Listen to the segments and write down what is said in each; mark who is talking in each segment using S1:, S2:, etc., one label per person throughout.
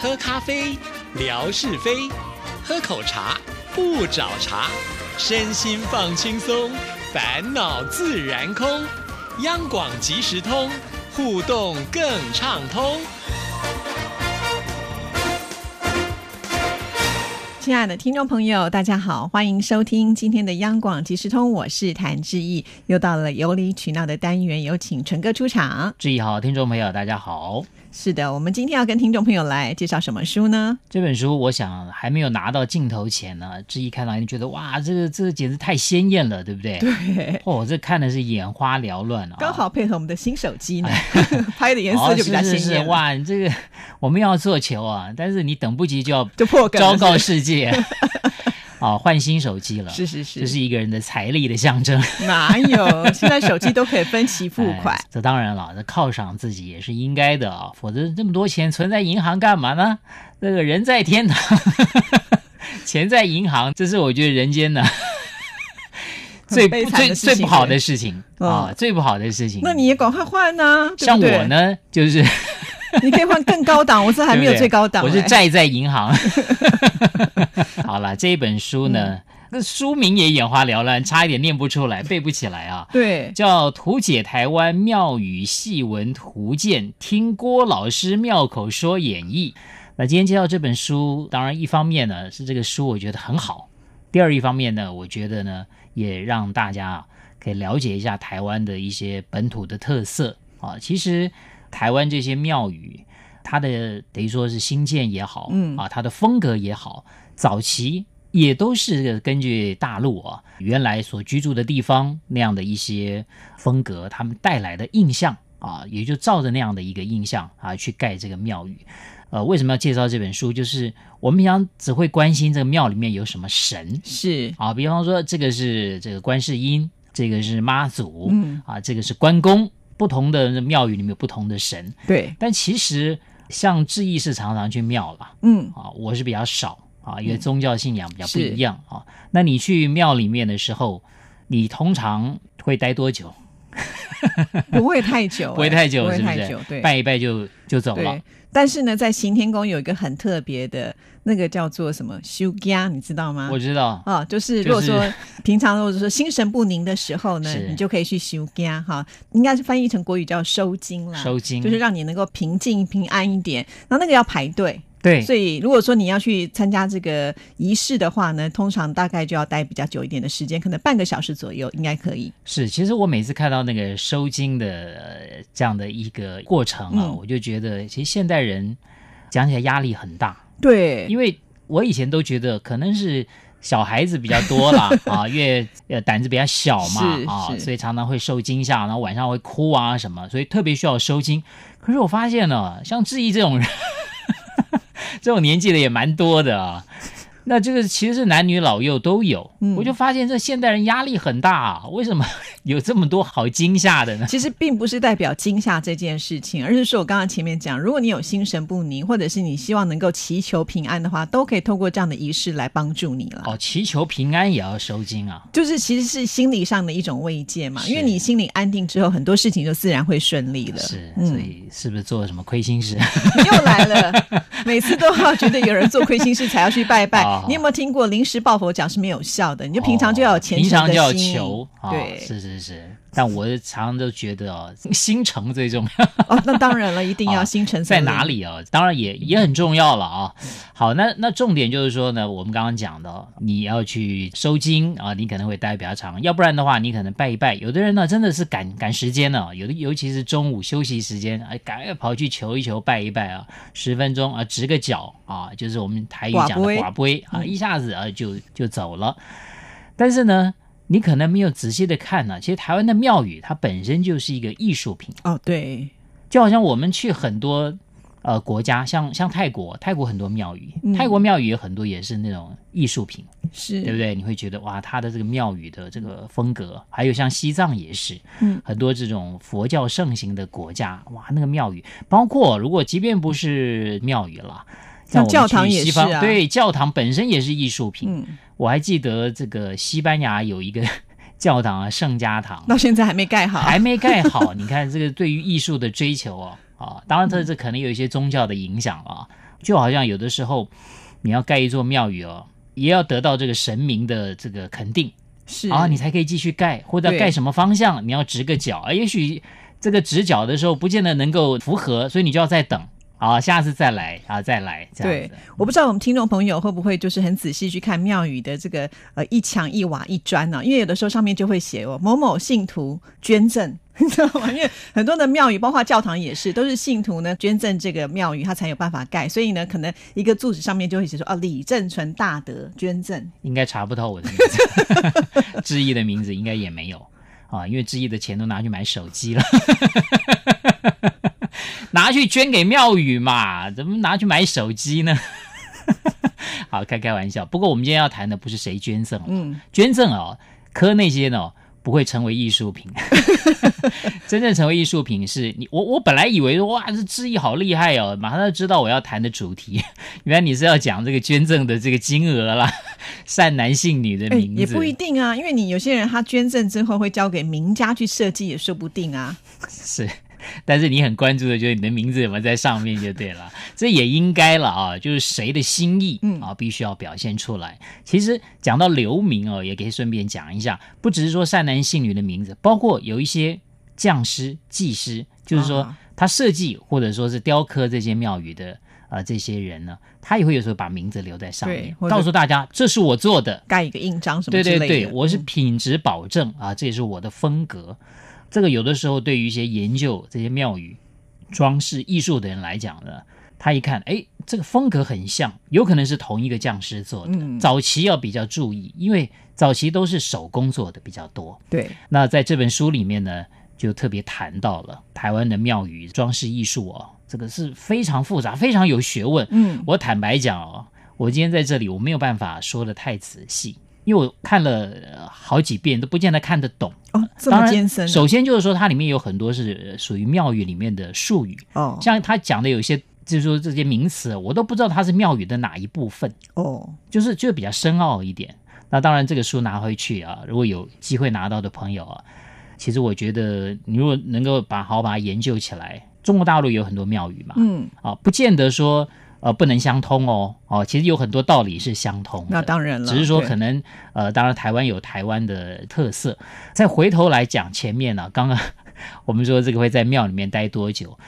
S1: 喝咖啡，聊是非；喝口茶，不找茬。身心放轻松，烦恼自然空。央广即时通，互动更畅通。
S2: 亲爱的听众朋友，大家好，欢迎收听今天的央广即时通，我是谭志毅。又到了有理取闹的单元，有请纯哥出场。
S3: 志毅好，听众朋友大家好。
S2: 是的，我们今天要跟听众朋友来介绍什么书 呢？
S3: 这本书我想还没有拿到镜头前呢，志毅看到一定觉得哇，这个这个简直太鲜艳了，对不对？
S2: 对，
S3: 哦，这看的是眼花缭乱啊。
S2: 刚好配合我们的新手机呢， 拍的颜色就比较
S3: 哎哦、是
S2: 鲜
S3: 是是
S2: 艳，
S3: 哇，你这个我们要做球啊，但是你等不及就要
S2: 就破梗了
S3: 昭告
S2: 是
S3: 世界。哦，换新手机了，
S2: 是是是
S3: 这是一个人的财力的象征。
S2: 不是哪有？现在手机都可以分期付款
S3: 哎。这当然了，这犒赏自己也是应该的啊，否则这么多钱存在银行干嘛呢？ 这个人在天堂， 钱在银行，这是我觉得人间呢最
S2: 很悲
S3: 不
S2: 惨
S3: 最
S2: 的事情
S3: 最不好的事情
S2: 嗯
S3: 啊，最不好的事情。
S2: 那你也赶快换呐、对
S3: 像
S2: 不对
S3: 我，呢， 就是
S2: 你可以换更高档，我 这还没有
S3: 对不对
S2: 最高档、
S3: 我是
S2: 哎
S3: 债在银行。 好了，这一本书
S2: 嗯
S3: 呢，那书名也眼花缭乱，差一点念不出来，背不起来啊。
S2: 对，
S3: 叫《图解台湾庙宇戏文图鉴》，听郭老师妙口说演绎。那今天介绍这本书，当然一方面呢是这个书我觉得很好，第二一方面呢，我觉得呢也让大家啊可以了解一下台湾的一些本土的特色啊。其实台湾这些庙宇，它的等于说是新建也好，
S2: 嗯
S3: 啊，它的风格也好，早期也都是根据大陆啊原来所居住的地方那样的一些风格，他们带来的印象啊，也就照着那样的一个印象啊去盖这个庙宇。呃，为什么要介绍这本书？就是我们平常只会关心这个庙里面有什么神
S2: 是，
S3: 啊，比方说这个是这个观世音，这个是妈祖，
S2: 嗯，
S3: 啊，这个是关公。不同的庙宇里面有不同的神，
S2: 对，
S3: 但其实像志毅是常常去庙了，
S2: 嗯，
S3: 啊，我是比较少啊，因为宗教信仰比较不
S2: 是
S3: 一样啊。那你去庙里面的时候，你通常会待多久？
S2: 不会太久、 哎
S3: 不会太久，
S2: 不会
S3: 是不
S2: 太
S3: 是
S2: 久，？对，
S3: 拜一拜就就走了
S2: 对。。但是呢，在行天宫有一个很特别的那个叫做什么修家，你知道吗？
S3: 我知道，
S2: 哦，就是如果
S3: 就是
S2: 说、平常如果说心神不宁的时候呢，
S3: 是
S2: 你就可以去修家哈，应该是翻译成国语叫收经啦，
S3: 收经
S2: 就是让你能够平静平安一点。然后那个要排队，
S3: 对
S2: 所以如果说你要去参加这个仪式的话呢，通常大概就要待比较久一点的时间，可能半个小时左右应该可以。
S3: 是，其实我每次看到那个收金的呃这样的一个过程啊，
S2: 嗯
S3: 我就觉得其实现代人讲起来压力很大，
S2: 对，
S3: 因为我以前都觉得可能是小孩子比较 多啦啊，因为呃胆子比较小嘛
S2: 是
S3: 啊，
S2: 是
S3: 所以常常会受惊吓，然后晚上会哭啊什么，所以特别需要收惊。可是我发现呢，像志毅这种人， 这种年纪的也蛮多的啊。那这个其实是男女老幼都有，
S2: 嗯
S3: 我就发现这现代人压力很大、啊，为什么 有这么多好惊吓的呢？
S2: 其实并不是代表惊吓这件事情，而是说我刚刚前面讲，如果你有心神不宁，或者是你希望能够祈求平安的话，都可以透过这样的仪式来帮助你了。
S3: 哦，祈求平安也要收惊啊，
S2: 就是其实是心理上的一种慰藉嘛，
S3: 是
S2: 因为你心里安定之后，很多事情就自然会顺利了。
S3: 是，
S2: 嗯
S3: 所以是不是做了什么亏心事？
S2: 你又来了，每次都要觉得有人做亏心事才要去拜拜
S3: 哦。
S2: 你有没有听过临时抱佛脚是没有效的？你就平常就要有虔
S3: 哦平
S2: 诚
S3: 常
S2: 的
S3: 就要
S2: 心意
S3: 求，啊、
S2: 对
S3: 是是是。但我常常都觉得哦，心诚最重要，
S2: 哦，那当然了，一定要
S3: 哦
S2: 心诚则
S3: 在
S2: 灵
S3: 哪？里哦？当然也也很重要了啊、好，那那重点就是说呢，我们刚刚讲的哦，你要去收金啊，你可能会待比较长，要不然的话，你可能拜一拜。有的人呢，真的是赶赶时间呢、有的尤其是中午休息时间，哎，赶快跑去求一求，拜一拜啊，十分钟啊，直个脚啊，就是我们台语
S2: 寡
S3: 讲的
S2: 杯嗯
S3: 寡杯啊，一下子啊就就走了。但是呢，你可能没有仔细的看呢、其实台湾的庙宇它本身就是一个艺术品，
S2: 哦，对，
S3: 就好像我们去很多呃国家，像像泰国，泰国很多庙宇，
S2: 嗯
S3: 泰国庙宇有很多也是那种艺术品，
S2: 是，
S3: 对不对？你会觉得哇，它的这个庙宇的这个风格，还有像西藏也是，
S2: 嗯，
S3: 很多这种佛教盛行的国家，哇，那个庙宇，包括如果即便不是庙宇啦，
S2: 像
S3: 我们
S2: 教堂
S3: 去
S2: 也
S3: 西方
S2: 是啊
S3: 对，教堂本身也是艺术品。
S2: 嗯，
S3: 我还记得这个西班牙有一个 教堂啊，圣家堂，
S2: 到现在还没盖好。
S3: 还没盖好。你看这个对于艺术的追求哦，啊。当然，它这可能有一些宗教的影响啊，就好像有的时候你要盖一座庙宇哦，也要得到这个神明的这个肯定
S2: 是
S3: 啊，你才可以继续盖，或者要
S2: 对
S3: 盖什么方向，你要直个角啊，也许这个直角的时候不见得能够符合，所以你就要再等啊，下次再来啊，再来这样
S2: 对
S3: 子。，
S2: 我不知道我们听众朋友会不会就是很仔细去看庙宇的这个呃一墙一瓦一砖啊呢、因为有的时候上面就会写哦某某信徒捐赠， 你知道吗？因为很多的庙宇，包括教堂也是，都是信徒呢捐赠这个庙宇，他才有办法盖。所以呢，可能一个柱子上面就会写说哦李正纯大德捐赠，
S3: 应该查不到我的名字，志毅的名字应该也没有啊，因为志毅的钱都拿去买手机了， 拿去捐给庙宇嘛，怎么拿去买手机呢？ 好，开开玩笑。不过我们今天要谈的不是谁捐赠，
S2: 嗯，
S3: 捐赠哦，磕那些呢不会成为艺术品， 真正成为艺术品是你我我本来以为哇这志毅好厉害哦，马上就知道我要谈的主题， 原来你是要讲这个捐赠的这个金额啦，善男信女的
S2: 哎、
S3: 名字，
S2: 也不一定啊，因为你有些人他捐赠之后会交给名家去设计，也说不定啊。
S3: 是，但是你很关注的就是你的名字有没有在上面就对了，这也应该了啊，就是谁的心意
S2: 嗯
S3: 啊，必须要表现出来。其实讲到留名哦，也可以顺便讲一下，不只是说善男信女的名字，包括有一些匠师、技师，就是说
S2: 啊
S3: 他设计或者说是雕刻这些庙宇的。啊、这些人呢，他也会有时候把名字留在上
S2: 对
S3: 面，
S2: 或者
S3: 告诉大家这是我做的，
S2: 盖一个印章什么
S3: 对
S2: 之类
S3: 对
S2: 的，
S3: 对，我是
S2: 嗯
S3: 品质保证啊，这也是我的风格。这个有的时候对于一些研究这些庙宇装饰艺术的人来讲呢，他一看，哎，这个风格很像，有可能是同一个匠师做的。
S2: 嗯
S3: 早期要比较注意，因为早期都是手工做的比较多。
S2: 对
S3: 那在这本书里面呢，就特别谈到了台湾的庙宇装饰艺术哦，这个是非常复杂、非常有学问。
S2: 嗯
S3: 我坦白讲哦，我今天在这里我没有办法说的太仔细，因为我看了、呃好几遍都不见得看得懂。
S2: 哦这
S3: 当
S2: 么
S3: 然
S2: 艰深啊
S3: 首先就是说它里面有很多是呃属于庙宇里面的术语，
S2: 哦
S3: 像他讲的有一些就是说这些名词，我都不知道它是庙宇的哪一部分。
S2: 哦。
S3: 就是就比较深奥一点。那当然，这个书拿回去啊，如果有机会拿到的朋友啊，其实我觉得你如果能够把好好把它研究起来，中国大陆有很多庙宇嘛，
S2: 嗯，
S3: 啊，不见得说呃不能相通哦，哦，其实有很多道理是相通的。
S2: 那当然了，
S3: 只是说
S2: 对
S3: 可能呃，当然台湾有台湾的特色。再回头来讲前面呢、刚刚我们说这个会在庙里面待多久，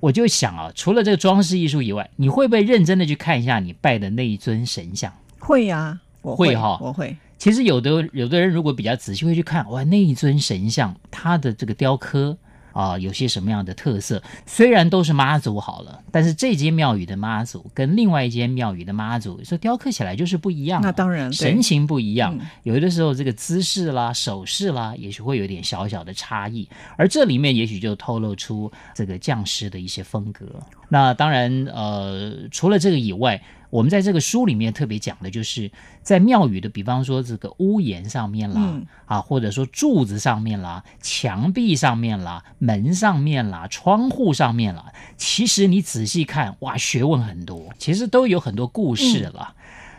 S3: 我就想啊，除了这个装饰艺术以外，你会不会认真的去看一下你拜的那一尊神像？
S2: 会呀，我
S3: 会哈
S2: 我会，
S3: 其实有的有的人如果比较仔细会去看，哇，那一尊神像它的这个雕刻啊、有些什么样的特色？虽然都是妈祖好了，但是这间庙宇的妈祖跟另外一间庙宇的妈祖，说雕刻起来就是不一样啊、
S2: 那当然对
S3: 神情不一样
S2: 嗯，
S3: 有的时候这个姿势啦、手势啦，也许会有点小小的差异，而这里面也许就透露出这个匠师的一些风格。那当然，呃，除了这个以外，我们在这个书里面特别讲的就是在庙宇的，比方说这个屋檐上面啦，
S2: 嗯
S3: 啊，或者说柱子上面啦、墙壁上面啦、门上面啦、窗户上面啦，其实你仔细看，哇，学问很多，其实都有很多故事了。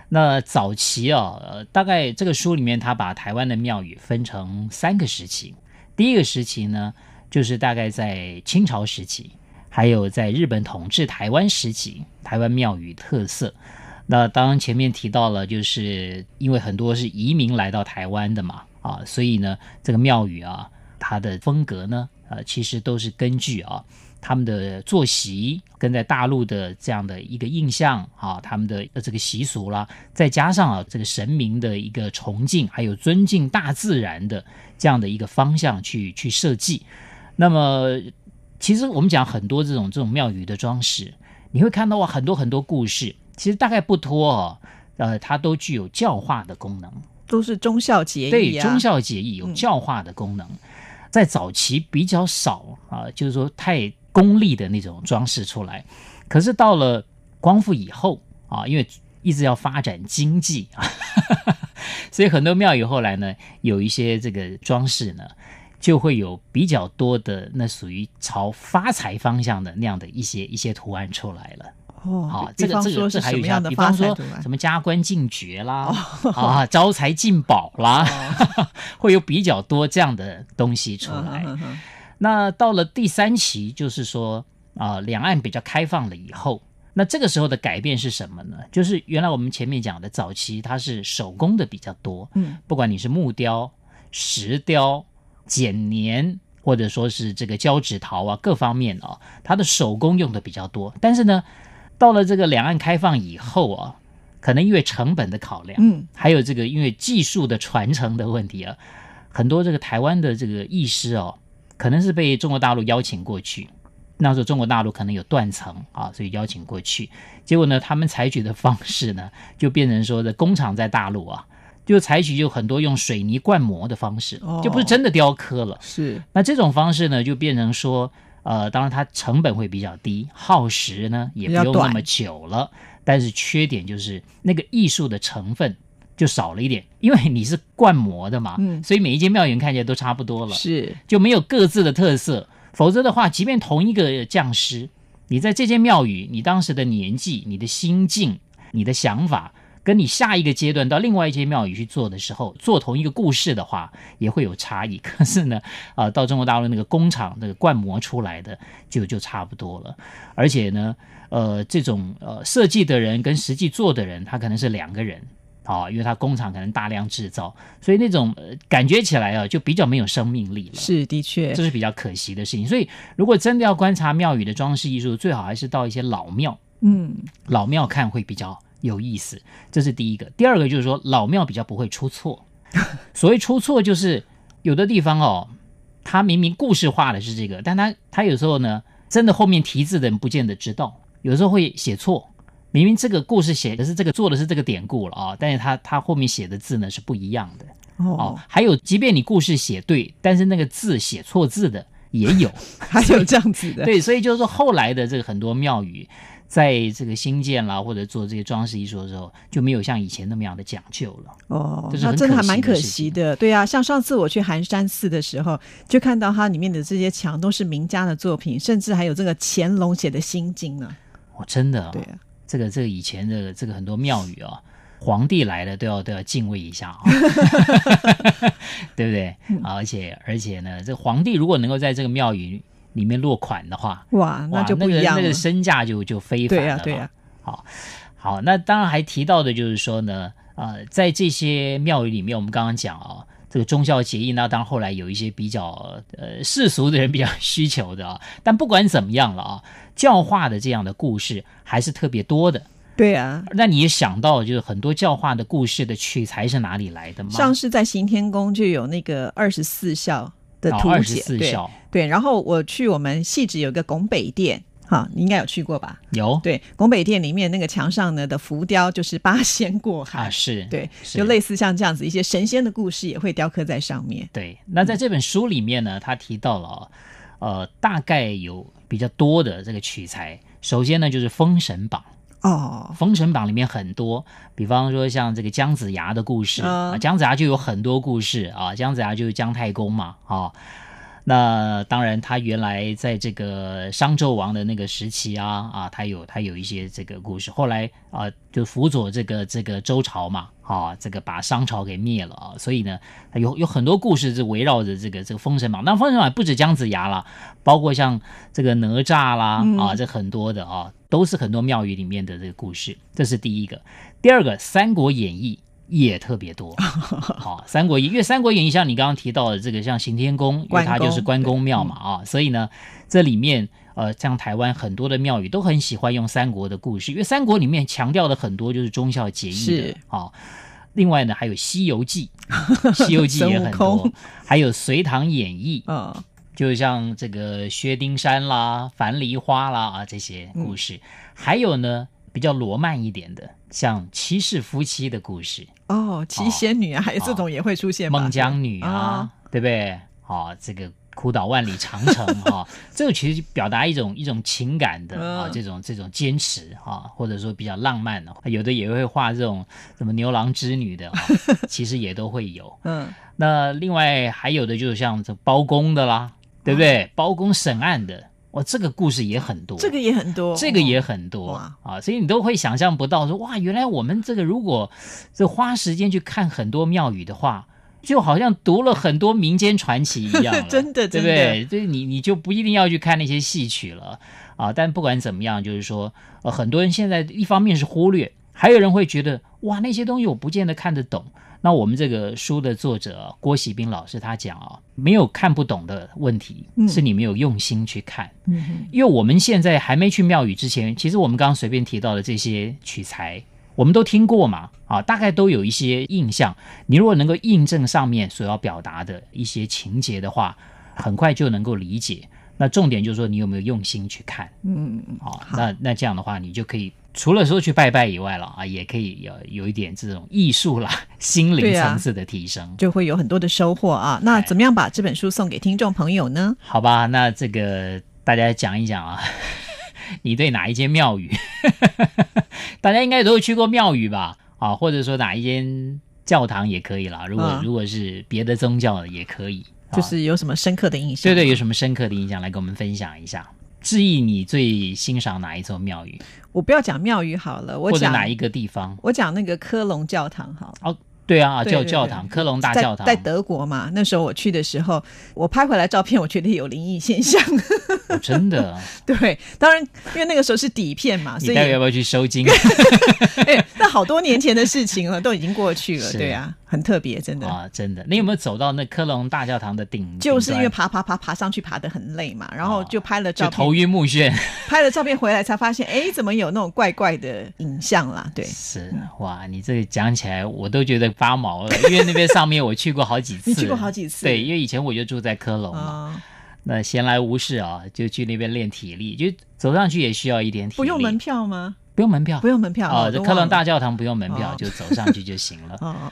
S3: 那早期啊，呃，大概这个书里面，他把台湾的庙宇分成三个时期。第一个时期呢，就是大概在清朝时期，还有在日本统治台湾时期，台湾庙宇特色。那当然前面提到了，就是因为很多是移民来到台湾的嘛，啊，所以呢，这个庙宇啊，它的风格呢，呃，其实都是根据啊他们的作息跟在大陆的这样的一个印象啊，他们的呃这个习俗啦，再加上啊这个神明的一个崇敬，还有尊敬大自然的这样的一个方向去去设计。那么，其实我们讲很多这种这种庙宇的装饰，你会看到哇很多很多故事，其实大概不脱哦，呃，它都具有教化的功能。
S2: 都是忠孝节义
S3: 对，
S2: 啊，
S3: 忠孝节义有
S2: 嗯
S3: 教化的功能，在早期比较少啊，就是说太功利的那种装饰出来。可是到了光复以后啊，因为一直要发展经济啊， 所以很多庙宇后来呢，有一些这个装饰呢。就会有比较多的那属于朝发财方向的那样的一些一些图案出来了。
S2: 哦
S3: 啊，，
S2: 比比
S3: 这个
S2: 方
S3: 这
S2: 说
S3: 个
S2: 是
S3: 这还
S2: 什
S3: 有
S2: 么
S3: 一
S2: 样
S3: 项
S2: 的
S3: 比
S2: 发
S3: 方
S2: 财
S3: 说
S2: 图啊案哦
S3: 什？么加官进爵啦，啊，招财进宝啦，会有比较多这样的东西出
S2: 嗯
S3: 来。
S2: 哼哼哼
S3: 那到了第三期，就是说啊、两岸比较开放了以后，那这个时候的改变是什么呢？就是原来我们前面讲的，早期它是手工的比较多，
S2: 嗯，
S3: 不管你是木雕、石雕、剪黏，或者说是这个胶纸陶啊，各方面啊，它的手工用的比较多。但是呢，到了这个两岸开放以后啊，可能因为成本的考量，
S2: 嗯，
S3: 还有这个因为技术的传承的问题啊，很多这个台湾的这个艺师哦，可能是被中国大陆邀请过去。那时候中国大陆可能有断层啊，所以邀请过去。结果呢，他们采取的方式呢， 就变成说的工厂在大陆啊，就采取就很多用水泥灌模的方式
S2: 哦，
S3: 就不是真的雕刻了。
S2: 是
S3: 那这种方式呢，就变成说，呃，当然它成本会比较低，耗时呢也不
S2: 比较
S3: 用
S2: 短
S3: 那么久了，但是缺点就是那个艺术的成分就少了一点，因为你是灌模的嘛，
S2: 嗯
S3: 所以每一间庙宇看起来都差不多了，
S2: 是，
S3: 就没有各自的特色。否则的话，即便同一个匠师，你在这间庙宇，你当时的年纪、你的心境、你的想法，跟你下一个阶段到另外一间庙宇去做的时候，做同一个故事的话，也会有差异。 可是呢，啊，到中国大陆那个工厂那个灌模出来的就就差不多了。而且呢，呃，这种呃设计的人跟实际做的人，他可能是两个人。啊、因为他工厂可能大量制造，所以那种、呃、感觉起来啊，就比较没有生命力了。
S2: 是的确
S3: 这是比较可惜的事情。所以，如果真的要观察庙宇的装饰艺术，最好还是到一些老庙，
S2: 嗯，
S3: 老庙看会比较有意思。这是第一个。第二个就是说，老庙比较不会出错。所谓出错，就是有的地方哦，它明明故事化的是这个，但它它有时候呢，真的后面题字的人不见得知道，有时候会写错。明明这个故事写的是这个做的是这个典故了啊、但是它它后面写的字呢是不一样的。哦
S2: 哦，，
S3: 还有，即便你故事写对，但是那个字写错字的也有。
S2: 还有这样子的，
S3: 对，所以就是说后来的这个很多庙宇，在这个新建啦或者做这些装饰艺术的时候，就没有像以前那么样的讲究了。
S2: 哦
S3: 这，是
S2: 那
S3: 很
S2: 真的
S3: 可
S2: 还蛮
S3: 惜
S2: 可
S3: 的事
S2: 惜
S3: 情
S2: 的，对啊，像上次我去寒山寺的时候，就看到它里面的这些墙都是名家的作品，甚至还有这个乾隆写的心经呢。
S3: 哦，真的、
S2: 对，啊，
S3: 这个这个以前的这个很多庙宇啊，皇帝来了都要都要敬畏一下 啊、对不对？啊，而且而且呢，这皇帝如果能够在这个庙宇里面落款的话，
S2: 哇，
S3: 哇，
S2: 就不一
S3: 个
S2: 样
S3: 那
S2: 了。
S3: 个身价就就非凡
S2: 对
S3: 了
S2: 呀、
S3: 嘛。
S2: 对呀、
S3: 好，好，那当然还提到的就是说呢，呃，在这些庙宇里面，我们刚刚讲啊、这个忠孝节义，那当然后来有一些比较呃世俗的人比较 需求的啊，但不管怎么样了啊，教化的这样的故事还是特别多的。
S2: 对啊呀、
S3: 那你也想到，就是很多教化的故事的取材是哪里来的吗？
S2: 上次在行天宫就有那个二十四孝的图
S3: 哦二十
S2: 解，
S3: 四
S2: 对
S3: 孝
S2: 对。然后我去我们戏址有个拱北殿，哈，你应该有去过吧？
S3: 有
S2: 对，拱北殿里面那个墙上呢的浮雕就是八仙过海，
S3: 啊，是
S2: 对，
S3: 是
S2: 就类似像这样子一些神仙的故事也会雕刻在上面。
S3: 对，那在这本书里面呢，他提到了啊，呃，大概有比较多的这个取材。首先呢，就是《封神榜》，
S2: 哦，
S3: 《封神榜》里面很多，比方说像这个姜子牙的故事，
S2: 嗯
S3: 啊姜子牙就有很多故事啊，姜子牙就是姜太公嘛，啊。那当然，他原来在这个商纣王的那个时期啊，啊，他有他有一些这个故事。后来啊，就辅佐这个这个周朝嘛，啊，这个把商朝给灭了啊，所以呢，有有很多故事是围绕着这个这个《封神榜》。那《封神榜》不止姜子牙啦，包括像这个哪吒啦，啊，这很多的啊，都是很多庙宇里面的这个故事。这是第一个，第二个，《三国演义》也特别 多。好，《三国演义》因为《三国演义》像你刚刚提到的这个，像行天宫，因为它就是关公庙嘛啊，所以呢，这里面呃，像台湾很多的庙宇都很喜欢用三国的故事，因为三国里面强调的很多就是忠孝节义的
S2: 是
S3: 啊。另外呢，还有《西 游记》，《西游记》也很
S2: 孙悟
S3: 多
S2: 空，
S3: 还有《隋唐演义》
S2: 嗯，
S3: 就像这个薛丁山啦、樊梨花啦啊这些故
S2: 嗯
S3: 事，还有呢比较罗曼一点的，像七世夫妻的故事，
S2: 哦，七
S3: 哦
S2: 仙女啊，还有这种也会出现吧
S3: 孟姜女啊
S2: 啊，
S3: 对不对？啊，这个哭倒万里长城 啊，这个其实表达一种一种情感的啊
S2: 嗯，
S3: 这种这种坚持啊，或者说比较浪漫的，有的也会画这种什么牛郎织 女的，啊其实也都会有。
S2: 嗯，
S3: 那另外还有的就是像这包公的啦，对不对？包公审案的，哇，这个故事也很多，
S2: 啊这个也很多，哦
S3: 这个也很多
S2: 哇
S3: 啊，所以你都会想象不到说，哇，原来我们这个如果这花时间去看很多庙宇的话。就好像读了很多民间传奇一样了
S2: ，真的
S3: 对
S2: 真
S3: 不
S2: 的
S3: 对？对你你就不一定要去看那些戏曲了啊。但不管怎么样，就是说，呃，很多人现在一方面是忽略，还有人会觉得哇，那些东西我不见得看得懂。那我们这个书的作者啊郭喜斌老师他讲啊，没有看不懂的问题，
S2: 嗯
S3: 是你没有用心去看。
S2: 嗯哼
S3: 因为我们现在还没去庙宇之前，其实我们刚刚随便提到的这些取材，我们都听过嘛，啊，大概都有一些印象。你如果能够印证上面所要表达的一些情节的话，很快就能够理解。那重点就是说，你有没有用心去看？
S2: 嗯嗯，
S3: 啊，那那这样的话，你就可以除了说去拜拜以外了啊，也可以有有一点这种艺术啦、 心灵
S2: 对啊
S3: 层次的提升。
S2: 就会有很多的收获啊。那
S3: 哎
S2: 怎么样把这本书送给听众朋友呢？
S3: 好吧，那这个大家讲一讲啊， 你对哪一间庙宇？ 大家应该都有去过庙宇吧？啊，或者说哪一间教堂也可以啦。如果、
S2: 嗯
S3: 如果是别的宗教的也可以，啊
S2: 就是有什么深刻的印象？
S3: 对对，有什么深刻的印象来跟我们分享一下？志毅，你最欣赏哪一座庙宇，
S2: 我不要讲庙宇好了，我
S3: 或者
S2: 讲
S3: 哪一个地方？
S2: 我讲那个科隆教堂好了。
S3: 对啊，
S2: 对
S3: 教
S2: 对
S3: 教
S2: 对
S3: 堂，科隆大教堂
S2: 在在德国嘛，那时候我去的时候，我拍回来照片，我觉得有灵异现象。
S3: 哦真的，
S2: 对，当然因为那个时候是底片嘛，
S3: 你
S2: 所以
S3: 待会要不要去收金？
S2: 哎，那好多年前的事情了，都已经过去了。
S3: 是
S2: 对啊，很特别，真的。
S3: 啊，真的，你有没有走到那科隆大教堂的顶？
S2: 就是因为
S3: 顶
S2: 爬爬爬爬上去爬得很累嘛，然后
S3: 哦
S2: 就拍了
S3: 端
S2: 照
S3: 就头
S2: 片，
S3: 晕目眩。
S2: 拍了照片回来才发现，哎，怎么有那种怪怪的影像啦？对，
S3: 是哇，你这个讲起来我都觉得发毛了，因为那边上面我去过好几 次，
S2: 你去过好几次
S3: 对，因为以前我就住在科隆嘛，
S2: 啊，
S3: 那闲来无事啊，就去那边练体力，就走上去也需要一点体力，
S2: 不用门，票吗？
S3: 不用门票，
S2: 不用门票
S3: 啊，
S2: 我
S3: 这
S2: 都
S3: 科隆
S2: 忘了
S3: 大教堂不用门票，
S2: 哦
S3: 就走上去就行 了。
S2: 哦，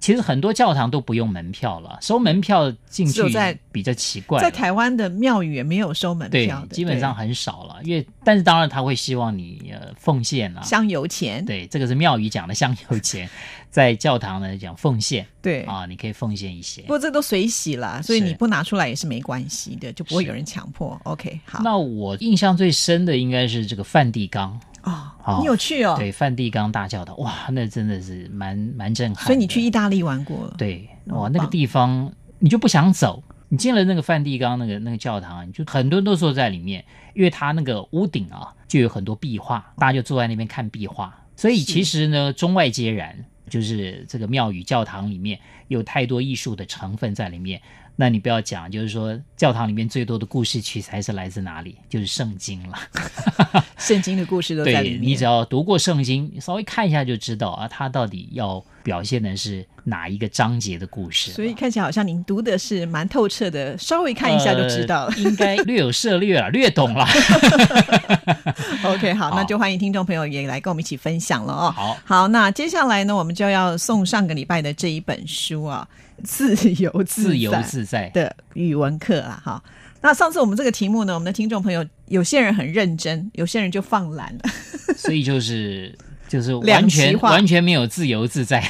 S3: 其实很多教堂都不用门票了，收门票进
S2: 只有
S3: 去
S2: 在
S3: 比较奇怪了，
S2: 在台湾的庙宇也没有收门
S3: 对
S2: 票，的，
S3: 基本上
S2: 对
S3: 很少了，因为但是当然他会希望你呃奉献啊。
S2: 香油钱，
S3: 对，这个是庙宇讲的香油钱，在教堂呢讲奉献，
S2: 对。
S3: 啊，你可以奉献一些
S2: 不。过这都随喜啦，所以
S3: 是
S2: 你不拿出来也是没关系的，就不会
S3: 是
S2: 有人强迫。OK，好
S3: 那我印象最深的应该是这个梵蒂冈，
S2: 哦
S3: 好，
S2: 你有去哦，
S3: 对，梵蒂冈大教堂，哇，那真的是蛮蛮震撼的。
S2: 所以你去意大利玩过了，
S3: 对，
S2: 嗯
S3: 哇，
S2: 很
S3: 那个
S2: 棒
S3: 地方你就不想走。你进了那个梵蒂冈那个那个教堂，你就很多人都坐在里面，因为它那个屋顶啊就有很多壁画，大家就坐在那边看壁画。所以
S2: 是
S3: 其实呢，中外皆然，就是这个庙宇教堂里面有太多艺术的成分在里面。那你不要讲，就是说教堂里面最多的故事取材是来自哪里？就是圣经了。
S2: 圣经的故事都在里
S3: 对你
S2: 面
S3: 只。要读过圣经，稍微看一下就知道啊，它到底要表现的是哪一个章节的故事了。
S2: 所以看起来好像您读的是蛮透彻的，稍微看一下就知道了
S3: 呃。应该略有涉略了，略懂 了。
S2: OK，好，
S3: 呃好
S2: 那就欢迎听众朋友也来跟我们一起分享了哦。
S3: 好，
S2: 好，那接下来呢，我们就要送上个礼拜的这一本书啊，《自由自
S3: 自由
S2: 在
S3: 自在，
S2: 的语文课啦，哈。那上次我们这个题目呢，我们的听众朋友有些人很认真，有些人就放懒了。
S3: 所以就是就是完
S2: 两极
S3: 全
S2: 化
S3: 完全没有自由自在。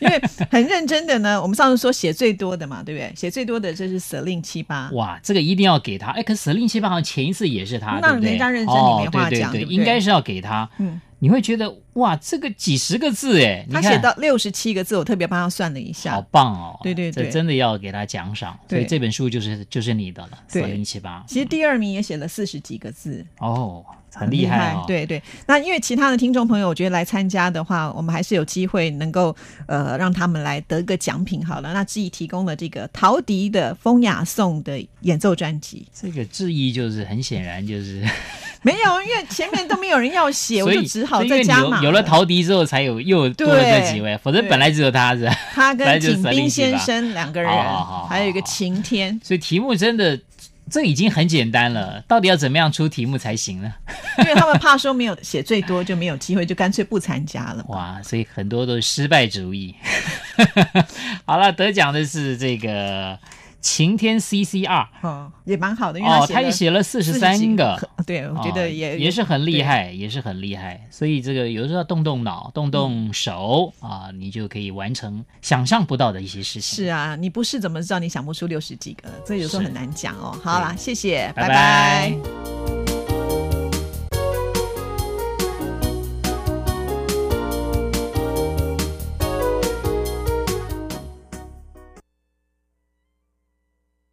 S2: 因为很认真的呢，我们上次说写最多的嘛，对不对？写最多的这是舍令七八，
S3: 哇，这个一定要给他。哎，可是令七八好像前一次也是他，
S2: 那
S3: 对不对
S2: 人家认真
S3: 哦
S2: 你没话
S3: 对
S2: 讲
S3: 对
S2: 对不对
S3: 应该是要给他。
S2: 嗯，
S3: 你会觉得哇，这个几十个字哎，你
S2: 他
S3: 看
S2: 写到六十七个字，我特别帮他算了一
S3: 好
S2: 下。
S3: 棒哦，
S2: 对对对
S3: 这真的要给他奖赏。所
S2: 对
S3: 以这本书就是就是你的了，
S2: 对
S3: 所零七八
S2: 其实第二名也写了四十几个字，
S3: 哦，很
S2: 很厉
S3: 害哦。，
S2: 对对。那因为其他的听众朋友，我觉得来参加的话，我们还是有机会能够呃让他们来得个奖品好了。那志毅提供了这个陶笛的《风雅颂》的演奏专辑，
S3: 这个质疑就是很显然就是。
S2: 没有，因为前面都没有人要写，我
S3: 所以
S2: 就只好
S3: 所以因
S2: 再
S3: 为
S2: 加
S3: 有
S2: 码。
S3: 有了陶笛之后，才有又多了这几位，否则
S2: 对
S3: 本来只有他是吧。
S2: 他
S3: 本来
S2: 跟
S3: 就是
S2: 景
S3: 三零
S2: 斌
S3: 七吧
S2: 先生两个人，
S3: 好好好好，
S2: 还有一个晴天
S3: 所以题目真的，这已经很简单了。到底要怎么样出题目才行呢？
S2: 因为他们怕说没有写最多就没有机会，就干脆不参加了。
S3: 哇，所以很多都是失败主义。 好了，得奖的是这个晴天 CCR
S2: 哦，也蛮好的，因为
S3: 哦，
S2: 他
S3: 他也
S2: 写
S3: 写了四
S2: 了
S3: 十三个。
S2: 40几，对，我觉
S3: 哦
S2: 得也
S3: 也是很厉害，也是很厉害。所以这个有时候要动动脑、动动手啊、你就可以完成想象不到的一些事情。
S2: 是啊，你不试怎么知道你想不出六十几个？这有时候
S3: 是
S2: 很难讲哦。好啦，谢谢，
S3: 拜
S2: 拜拜
S3: 拜